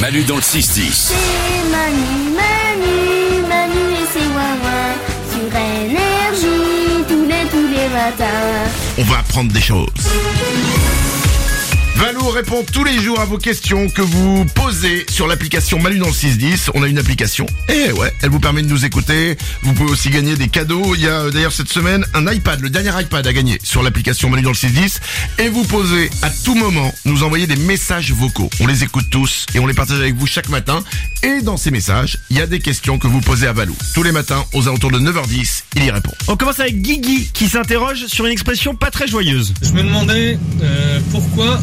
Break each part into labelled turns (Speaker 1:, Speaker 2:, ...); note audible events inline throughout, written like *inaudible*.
Speaker 1: Manu dans le 6-10.
Speaker 2: C'est Manu, Manu, Manu et ses wawa sur énergie tous les tous les matins.
Speaker 3: On va apprendre des choses. Valou répond tous les jours à vos questions que vous posez sur l'application Manu dans le 610. On a une application. Et ouais, elle vous permet de nous écouter. Vous pouvez aussi gagner des cadeaux. Il y a euh, d'ailleurs cette semaine un iPad, le dernier iPad à gagner sur l'application Manu dans le 610. Et vous posez à tout moment, nous envoyer des messages vocaux. On les écoute tous et on les partage avec vous chaque matin. Et dans ces messages, il y a des questions que vous posez à Valou. Tous les matins, aux alentours de 9h10, il y répond.
Speaker 4: On commence avec Guigui qui s'interroge sur une expression pas très joyeuse.
Speaker 5: Je me demandais euh, pourquoi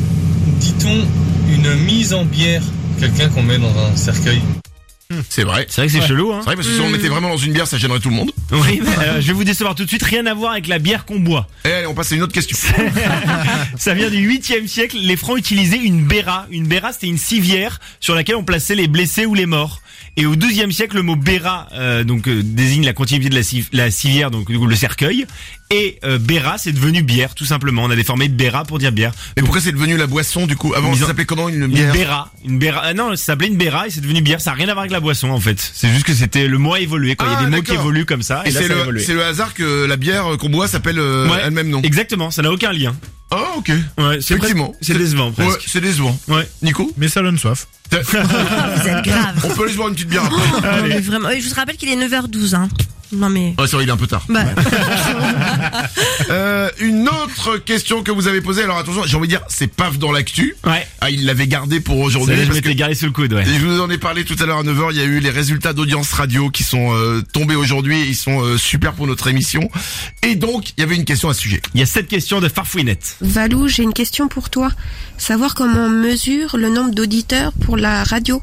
Speaker 5: dit-on une mise en bière Quelqu'un qu'on met dans un cercueil.
Speaker 3: C'est vrai.
Speaker 4: C'est vrai que c'est chelou, hein
Speaker 3: C'est vrai parce que si on mettait vraiment dans une bière, ça gênerait tout le monde.
Speaker 4: Oui, mais, euh, je vais vous décevoir tout de suite, rien à voir avec la bière qu'on boit.
Speaker 3: Et Eh, allez, on passe à une autre question.
Speaker 4: Ça vient du 8e siècle, les Francs utilisaient une béra. Une béra, c'était une civière sur laquelle on plaçait les blessés ou les morts. Et au 12e siècle, le mot béra euh, donc euh, désigne la continuité de la, civ- la civière, donc du coup, le cercueil. Et euh, béra, c'est devenu bière, tout simplement. On a déformé béra pour dire bière.
Speaker 3: Mais pourquoi c'est devenu la boisson du coup Avant,
Speaker 4: Ils
Speaker 3: ça
Speaker 4: ont-
Speaker 3: s'appelait comment une
Speaker 4: Une
Speaker 3: bière
Speaker 4: béra, une béra. ah non, ça s'appelait une béra et c'est devenu bière. Ça n'a rien à voir avec la boisson en fait. C'est juste que c'était le mot a évolué. Quoi. Il y
Speaker 3: Ah,
Speaker 4: a des mots qui
Speaker 3: d'accord.
Speaker 4: évoluent comme ça et,
Speaker 3: Et
Speaker 4: là
Speaker 3: c'est
Speaker 4: ça a
Speaker 3: le,
Speaker 4: évolué.
Speaker 3: c'est le hasard que la bière qu'on boit s'appelle euh,
Speaker 4: Ouais.
Speaker 3: elle-même nom.
Speaker 4: Exactement, ça n'a aucun lien.
Speaker 3: Ah ok.
Speaker 4: Ouais, c'est
Speaker 3: Effectivement.
Speaker 4: presque- C'est décevant
Speaker 3: Ouais,
Speaker 4: presque.
Speaker 3: c'est décevant.
Speaker 4: Ouais.
Speaker 3: Nico
Speaker 6: Mais ça donne soif.
Speaker 4: *laughs*
Speaker 7: Ah, Vous êtes grave.
Speaker 3: On peut aller se boire une petite bière après.
Speaker 7: Non, mais vraiment. Et Je vous rappelle qu'il est 9h12. Hein. Non mais.
Speaker 3: Ouais, c'est vrai, il est un peu tard.
Speaker 7: Bah,
Speaker 3: Euh, une autre question que vous avez posée, alors attention, j'ai envie de dire, c'est paf dans l'actu.
Speaker 4: Ouais.
Speaker 3: Ah, il l'avait gardé pour
Speaker 4: Ça,
Speaker 3: aujourd'hui.
Speaker 4: je
Speaker 3: parce que-
Speaker 4: m'étais garé sous le coude, ouais.
Speaker 3: Et je vous en ai parlé tout à l'heure à 9h, il y a eu les résultats d'audience radio qui sont euh, tombés aujourd'hui, ils sont euh, super pour notre émission. Et donc, il y avait une question à ce sujet.
Speaker 4: Il y a cette question de Farfouinette.
Speaker 8: Valou, j'ai une question pour toi. Savoir comment on mesure le nombre d'auditeurs pour la radio.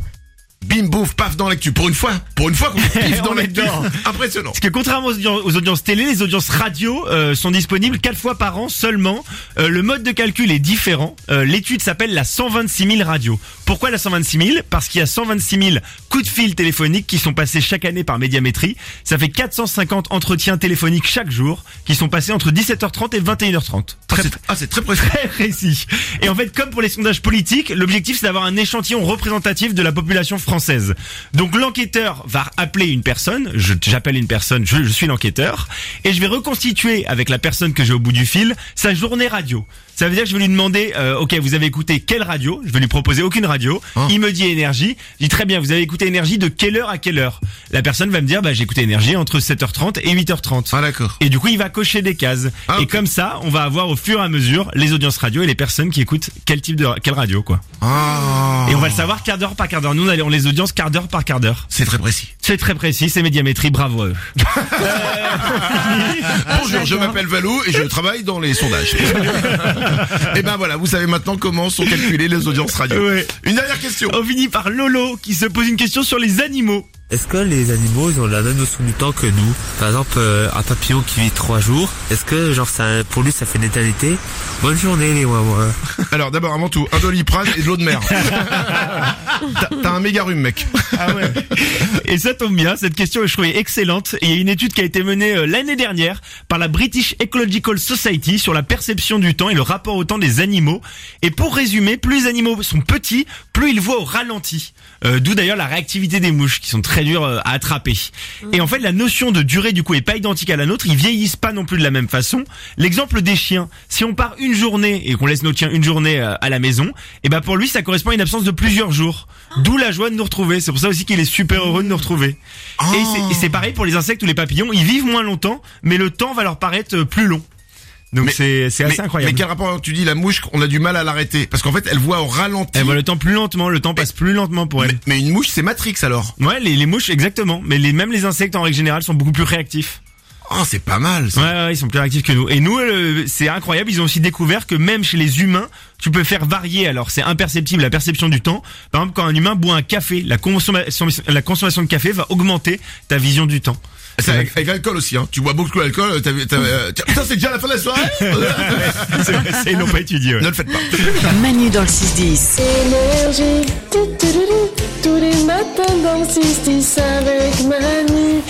Speaker 3: Bim, bouf, paf dans l'actu. Pour une fois, pour une fois
Speaker 4: *laughs*
Speaker 3: qu'on pif dans
Speaker 4: On est
Speaker 3: l'actu.
Speaker 4: dedans.
Speaker 3: Impressionnant.
Speaker 4: Parce que contrairement aux audien- aux audiences télé, les audiences radio euh, sont disponibles quatre fois par an seulement. Euh, le mode de calcul est différent. Euh, L'étude s'appelle la 126 000 radio. Pourquoi la 126 000 Parce qu'il y a 126 000 coups de fil téléphoniques qui sont passés chaque année par médiamétrie. Ça fait 450 entretiens téléphoniques chaque jour qui sont passés entre 17h30 et 21h30.
Speaker 3: Ah,
Speaker 4: Très
Speaker 3: c'est- Ah, c'est très précis.
Speaker 4: très *laughs* précis. Et en fait, comme pour les sondages politiques, l'objectif c'est d'avoir un échantillon représentatif de la population française. Donc l'enquêteur va appeler une personne, je- j'appelle une personne, je, je suis l'enquêteur, et je vais reconstituer avec la personne que j'ai au bout du fil sa journée radio. Ça veut dire que je vais lui demander, euh, ok, vous avez écouté quelle radio Je vais lui proposer aucune radio.
Speaker 3: Hein.
Speaker 4: Il me dit énergie. Je dis très bien, vous avez écouté énergie de quelle heure à quelle heure La personne va me dire, bah j'ai écouté énergie entre 7h30 et 8h30.
Speaker 3: Ah, d'accord.
Speaker 4: Et du coup, il va cocher des cases.
Speaker 3: Ah,
Speaker 4: et
Speaker 3: ok.
Speaker 4: comme ça, on va avoir au fur et à mesure les audiences radio et les personnes qui écoutent quel type de quelle radio quoi.
Speaker 3: Ah.
Speaker 4: Et on va le savoir quart d'heure par quart d'heure. Nous, on a- on les audiences quart d'heure par quart d'heure.
Speaker 3: C'est très précis.
Speaker 4: C'est très précis, c'est médiamétrie, bravo à eux. Ah,
Speaker 3: Bonjour, je m'appelle Valou et je travaille dans les
Speaker 4: *laughs*
Speaker 3: sondages. et ben voilà, vous savez maintenant comment sont calculées les audiences radio.
Speaker 4: Ouais.
Speaker 3: Une dernière question.
Speaker 4: On finit par Lolo qui se pose une question sur les animaux.
Speaker 9: Est-ce que les animaux ils ont la même notion du temps que nous Par exemple, euh, un papillon qui vit trois jours, est-ce que genre ça, pour lui ça fait une éternité Bonne journée les wawas.
Speaker 3: Alors d'abord, avant tout, un doliprane et de l'eau de
Speaker 4: *laughs*
Speaker 3: mer. T'as- T'as un méga rhume, mec.
Speaker 4: Ah ouais. et ça tombe bien, cette question je trouvais excellente. Et il y a une étude qui a été menée euh, l'année dernière par la British Ecological Society sur la perception du temps et le rapport au temps des animaux. Et pour résumer, plus les animaux sont petits, plus ils voient au ralenti. Euh, D'où d'ailleurs la réactivité des mouches qui sont très dures euh, à attraper. Et en fait, la notion de durée du coup est pas identique à la nôtre. Ils vieillissent pas non plus de la même façon. L'exemple des chiens, si on part une journée et qu'on laisse nos chiens une journée euh, à la maison, et ben pour lui ça correspond à une absence de plusieurs jours.
Speaker 3: Ah.
Speaker 4: D'où la joie de nous retrouver. C'est pour ça aussi qu'il est super heureux de nous retrouver.
Speaker 3: Ah.
Speaker 4: Et c'est- Et c'est pareil pour les insectes ou les papillons. Ils vivent moins longtemps, mais le temps va leur paraître euh, plus long. Donc
Speaker 3: Mais-
Speaker 4: c'est c'est assez
Speaker 3: mais,
Speaker 4: incroyable.
Speaker 3: mais quel rapport tu dis la mouche On a du mal à l'arrêter parce qu'en fait, elle voit au ralenti.
Speaker 4: Elle voit le temps plus lentement. Le temps passe plus lentement pour
Speaker 3: mais,
Speaker 4: elle.
Speaker 3: mais une mouche, c'est Matrix alors.
Speaker 4: Ouais, les, les mouches exactement. Mais les, même les insectes en règle générale sont beaucoup plus réactifs.
Speaker 3: Oh, c'est pas mal.
Speaker 4: Ouais,
Speaker 3: ça.
Speaker 4: ouais, ils sont plus réactifs que nous. Et nous, euh, c'est incroyable, ils ont aussi découvert que même chez les humains, tu peux faire varier. Alors, c'est imperceptible la perception du temps. Par exemple, quand un humain boit un café, la consommation, la consommation de café va augmenter ta vision du temps.
Speaker 3: C'est avec, avec l'alcool aussi. Hein. Tu bois beaucoup d'alcool. t'as- t'as- euh, tiens, Putain, c'est déjà la fin de la
Speaker 4: *laughs*
Speaker 3: soirée.
Speaker 4: C'est vrai, c'est- ils l'ont pas étudié. ouais.
Speaker 3: ne le faites pas.
Speaker 10: Manu dans le 6-10.
Speaker 2: Énergie, tu, tu, tu, tu, tous les matins dans le 6-10 avec Manu.